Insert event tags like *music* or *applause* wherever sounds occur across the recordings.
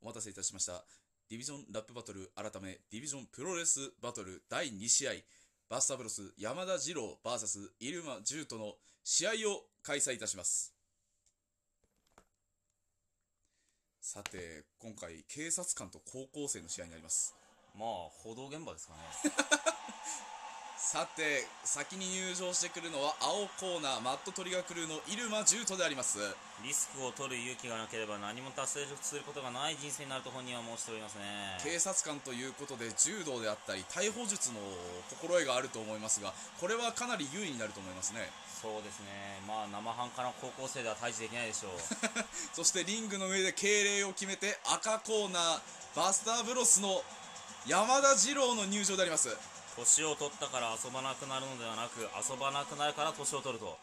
お待たせいたしましたディビジョンラップバトル改めディビジョンプロレスバトル第2試合バスタブロス山田二郎 VS 入間ジュートの試合を開催いたしますさて今回警察官と高校生の試合になりますまあ報道現場ですかね *laughs* さて先に入場してくるのは青コーナーマットトリガークルーの入間ジュートでありますリスクを取る勇気がなければ何も達成することがない人生になると本人は申しておりますね警察官ということで柔道であったり逮捕術の心得があると思いますがこれはかなり優位になると思いますねそうですねまあ生半可な高校生では退治できないで *laughs* しょうそしてリングの上で敬礼を決めて赤コーナーバスターブロスの山田二郎の入場であります年を取ったから遊ばなくなるのではなく遊ばなくなるから年を取ると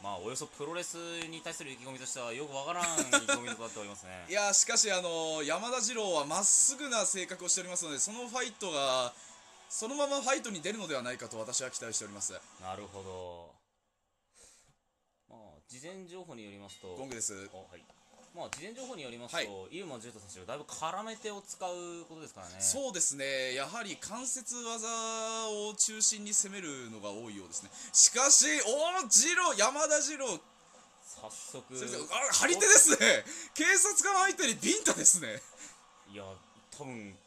まあおよそプロレスに対する意気込みとしてはよくわからん意気込みとなっておりますね *laughs* いやーしかしあのー山田二郎はまっすぐな性格をしておりますのでそのファイトがそのままファイトに出るのではないかと私は期待しておりますなるほどまあ事前情報によりますとゴングですあはいまあ事前情報によりますはいと、イルマジュート選手がだいぶ絡め手を使うことですからねそうですね、やはり関節技を中心に攻めるのが多いようですね。しかし、おお、ジロー、山田ジロー、早速先生あ張り手ですね、警察官相手にビンタですね。いや多分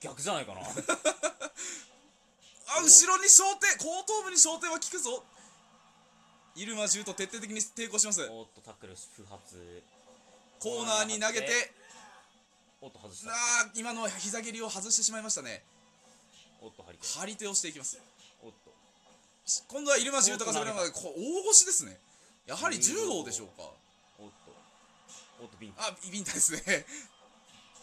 逆じゃないかな *laughs* あ、お後ろに焦点、後頭部に焦点は効くぞ。入間柔と徹底的に抵抗します。おっとタックル不発コーナーに投げて、おっと外したあー今のは膝蹴りを外してしまいましたね。おっと張り手張り手をしていきます。おっとし今度は入間柔とがそれながら、こう大腰ですね。やはり柔道でしょうか。おっとおっとビンあ、ビンタですね。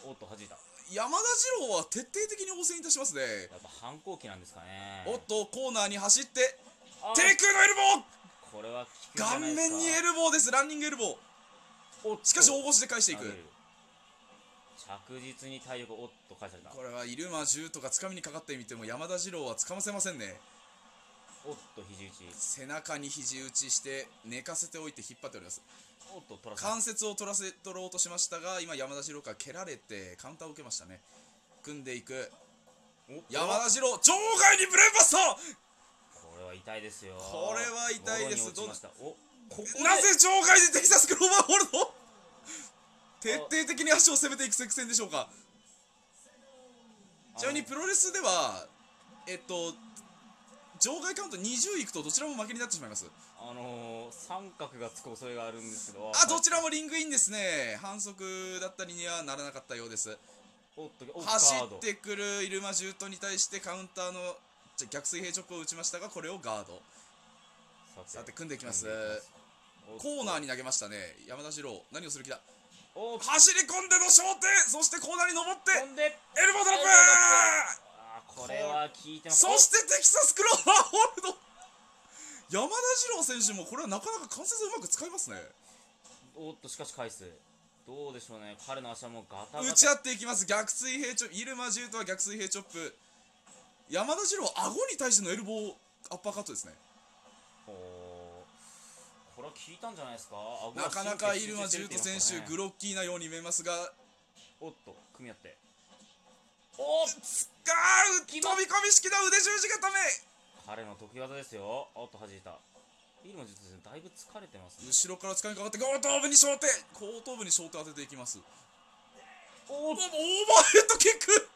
おっと弾いた山田二郎は徹底的に応戦いたしますね、やっぱ反抗期なんですかねおっとコーナーに走ってあ低空のエルボーこれは効くじゃ顔ないですか面にエルボーですランニングエルボーおっとしかし大腰で返していく投げる着実に体力おっと返されたこれは入間十とか掴みにかかってみても山田二郎は掴ませませんねおっと肘打ち背中に肘打ちして寝かせておいて引っ張っておりますおっと取らせた関節を取らせ取ろうとしましたが今山田二郎から蹴られてカウンターを受けましたね組んでいくおっと山田二郎場外にブレーンバスターこれは痛いですよこれは痛いですボロに落ちましたおここでなぜ場外でテキサスクローバーホールド徹底的に足を攻めていく作戦でしょうかあのちなみにプロレスではえっと場外カウント20いくとどちらも負けになってしまいますあのー、三角がつく恐れがあるんですけどあどちらもリングインですね反則だったりにはならなかったようですおっとおっと走ガードってくるイルマ・ジュートに対してカウンターのじゃ逆水平チョップを打ちましたがこれをガードさて組んでいきますコーナーにに投げましたね山田二郎何をする気だおっと走り込んでの焦点そしてコーナーに登って飛んでエルボードロップあーこれは効いてますそしてテキサスクローバーホールド山田二郎選手もこれはなかなか関節をうまく使いますねおっとしかし返すどうでしょうね彼の足はもうガタガタ打ち合っていきます逆水平チョップ入間ジュートは逆水平チョップ山田二郎は顎に対してのエルボーアッパーカットですねおーこれは効いたんじゃないですか顎がなかなか入間神ジュ経ー質トにな選ってますね手グロッキーなように見えますがおっと組み合っておっつあーう飛び込み式の腕十字固め彼の得意技ですよおっと弾いたイルマジュート選手だいぶ疲れてますね後ろから掴みかかって後頭部に焦点後頭部に焦点当てていきますおオーっバーヘッドキック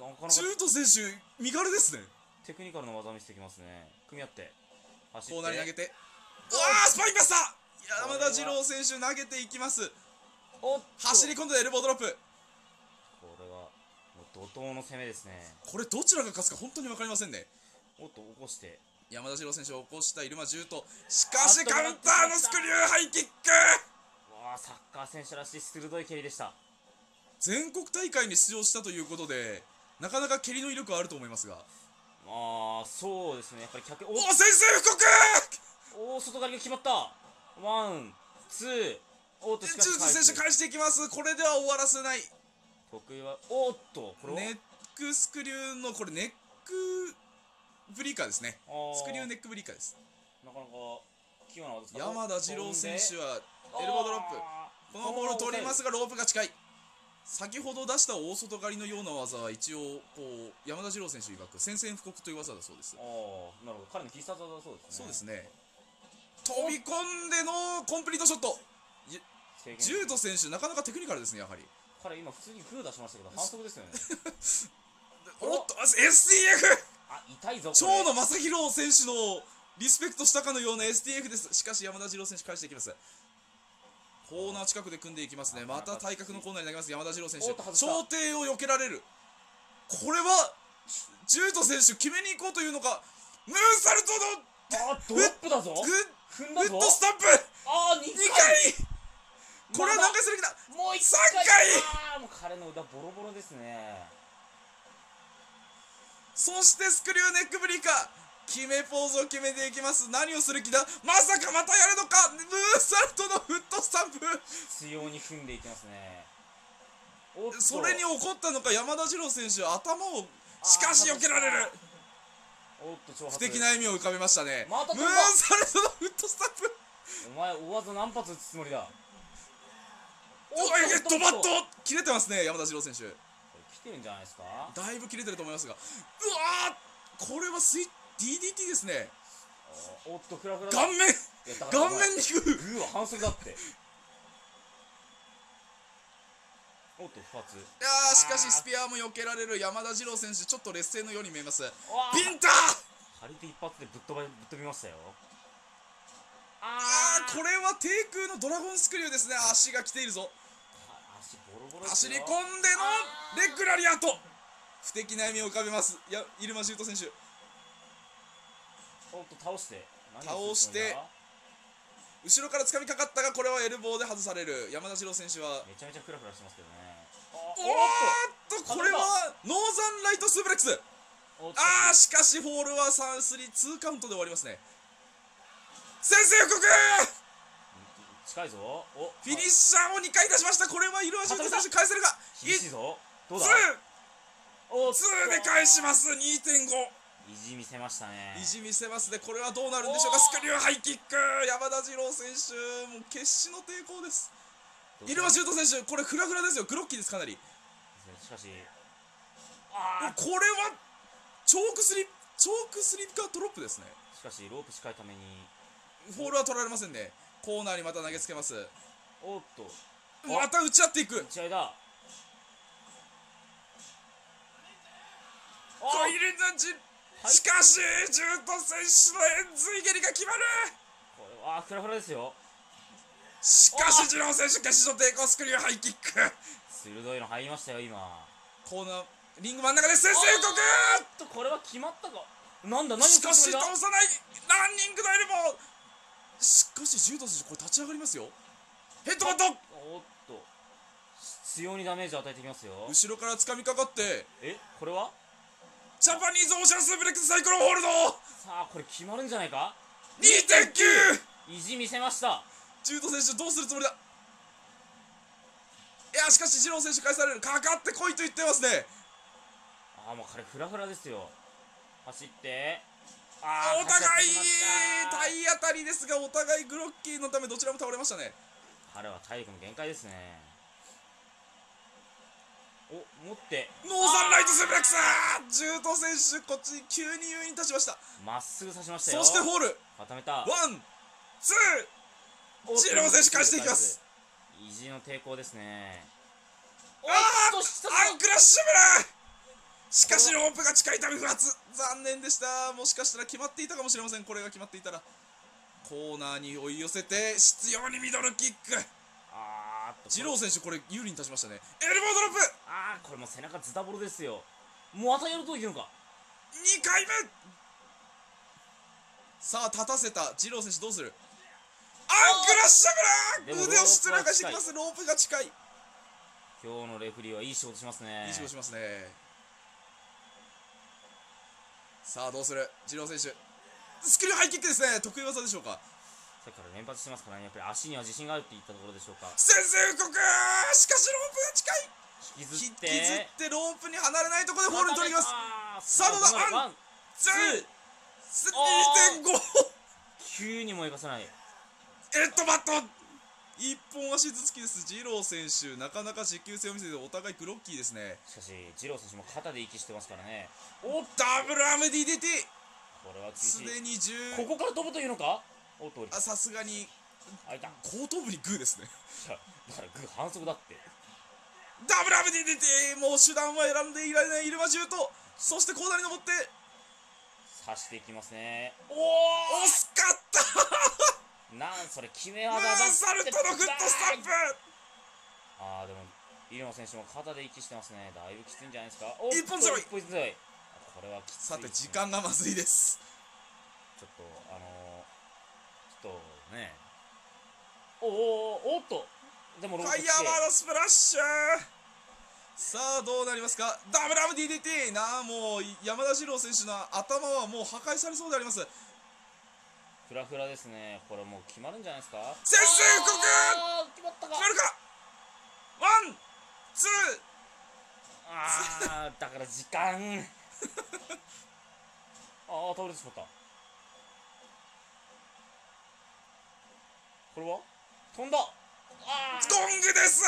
なかなかジュート選手身軽ですねテクニカルな技見せてきますね組み合って走ってコーナーに投げてうわースパインバスター山田二郎選手投げていきますおっと走り込んでエルボードロップこれはもう怒涛の攻めですねこれどちらが勝つか本当に分かりませんねおっと起こして山田二郎選手を起こした入間柔としかしあっとカウンターのスクリューハイキックわあサッカー選手らしい鋭い蹴りでした全国大会に出場したということでなかなか蹴りの威力はあると思いますがまあそうですねやっぱり客おお先制布告おお外刈りが決まったワンツーおっとジしュかしート選手返していきますこれでは終わらせない得意はおっとこれはネックスクリューのこれネックブリーカーですねあースクリューネックブリーカーですなかなか器用な技ですか山田二郎選手ははエルボードロップこのボールを取りますがロープが近い先ほど出した大外刈りのような技は一応こう山田二郎選手曰く宣戦布告という技だそうですああなるほど彼の必殺技だそうですねそうですね飛び込んでのコンプリートショット制限ジュート選手なかなかテクニカルですねやはり彼今普通にフー出しましたけど反則ですよねおっとあ STF あ痛いぞこれ長野正弘選手のリスペクトしたかのような STF ですしかし山田二郎選手返していきますコーナー近くで組んでいきますねまた対角のコーナーになります山田二郎選手おっと外した頂点を避けられるこれはジュート選手決めに行こうというのかムーンサルトあドロップだぞのグッ踏グんだッぞドスタンプあー2 2回回これは何回する気だもう1三回あーもう彼の腕ボロボロですねそしてスクリューネックブリーカー決めポーズを決めていきます何をする気だまさかまたやるのかムーンサルトのフットスタンプ必要に踏んでいってますねおっとそれに怒ったのか山田二郎選手は頭をしかし避けられるおっと挑不発敵な笑みを浮かべましたねムまたー飛ンんだサルトのフットスタンプお前大技何発打つつもりだおいドバッとこ切れてますね山田二郎選手れ来てるんじゃないですかだいぶ切れてると思いますがうわーこれはスイ DDT ですねおおっとフラフラだ顔面いやだから顔お面前に行くグーは反則だっておっと不発いやーしかしスピアも避けられる山田二郎選手ちょっと劣勢のように見えますわあピンター張り手一発でぶっ飛ばぶっ飛びましたよあーこれは低空のドラゴンスクリューですね足が来ているぞあ足ボロボロです走より込んでのレッグラリアット不敵な笑みを浮かべますいや入間修斗選手おっと倒して倒して何を後ろから掴みかかったがこれはエルボーで外される山田二郎選手はするつもりだめちゃめちゃフラフラしてますけどねおあーっとこれはノーザンライトスープレックスおっとおっとあーしかしホールは3スリーツーカウントで終わりますね先制予告近いぞおフィニッシャーを2回出しましたこれは入間修斗選手返せるが厳しいぞどうだ1おっと2で返します2.5意地見せましたね意地見せますね、これはどうなるんでしょうか、おースクリューハイキック、山田二郎選手、もう決死の抵抗です、どう入間修ぞ斗選手、これ、フラフラですよ、グロッキーです、かなり、しかしあこれはチョークスリップ、チョークスリップかドロップですね、ーしかしロープ近いためにフォールは取られませんね、コーナーにまた投げつけます、おっとまた打ち合っていく、試合だこう入れたじはいしかし、ジュート選手の円髄蹴りが決まる、これはあーフラフラですよしかし、二郎選手、決死の抵抗、スクリューハイキック、鋭いの入りましたよ今コーナー、リング真ん中で先制予告おっとこれは決まったかなんだ何をしするかしつも倒さりだないランニングのエルボーしかし柔道選手これ立ち上がりますよヘッドバットおっと必要にダメージを与えてきますよ後ろから掴みかかってえこれはジャパニーズオーシャンスープレックスサイクロンホールドさあこれ決まるんじゃないか 2.9! 意地見せました柔道選手どうするつもりだいやしかし二郎選手返されるかかってこいと言ってますねああもう彼フラフラですよ走ってああーお互い勝ち上がっ体当てきましたたりですがお互いグロッキーのためどちらも倒れましたね彼は体力の限界ですねお持ってノーザンライトスープレックス柔道選手こっち急に優位に立ちましたまっすぐ刺しましたよそしてホール固めたワン、ツー、おっとジロー選手返していきます意地の抵抗ですねあーおっと下アンクラッシュブラしかしロープが近いため不発残念でしたもしかしたら決まっていたかもしれませんこれが決まっていたらコーナーに追い寄せて執拗にミドルキックあーっとジロー選手これ有利に立ちましたねエルボードロップあーこれもう背中ズタボロですよもうまたやるといけるのか2回目さあ立たせたジロー選手どうするアンクラッシュブでラ腕をも失礼してきますロープが近い今日のレフリーはいい仕事しますねいい仕事しますねさあどうする二郎選手スクリューハイキックですね得意技でしょうかさっきから連発してますからねやっぱり足には自信があるって言ったところでしょうか先制予告しかしロープが近い引きず引ってきずってロープに離れないところでホールに取りますますさあどうだワワンンツースあ2.5急にもいかせないエッドバット一本足ずつきです。ジロー選手、なかなか持久性を見せてお互いグロッキーですね。しかし、二郎選手も肩で息してますからね。おダブルアーム DDT! これは厳すしい。でに10。ここから飛ぶというのかおっと、あさすがにあいた。後頭部にグーですね。じゃあだからグー反則だって。ダブルアーム DDT! もう手段は選んでいられないイルマジュート。そしてコーナーに登って、刺していきますね。惜しかったなんそれ、決めム技だっーンてサルトのグッドスタンプああ、でも、イレマ選手も肩で息してますね。だいぶきついんじゃないですか。おっと一本強い一本強い。これはきついですさね、て、時間がまずいです。ちょっと、あのー、ちょっとね。おおおおっとでも、フローァプイ来ヤーバーてドスプラッシュさあどうなりますかダブルアム DDT なあもう山田史郎選手の頭はもう破壊されそうでありますフラフラですね。これもう決まるんじゃないですか先制予告あー決まったか決まるかワンツあーだから時間 *laughs* ああ倒れてしまったこれは飛んだあーゴングです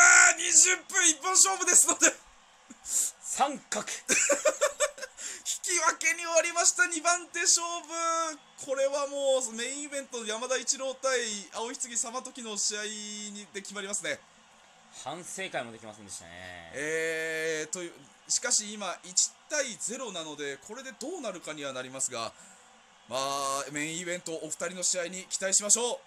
20分一本勝負ですので三 *laughs* 引角き分けに終わりました2番手勝負これはもうメインイベント山田一郎対青ひつぎ様時の試合にで決まりますね反省会もできませんでしたねえー、というしかし今1対0なのでこれでどうなるかにはなりますがまあメインイベントお二人の試合に期待しましょう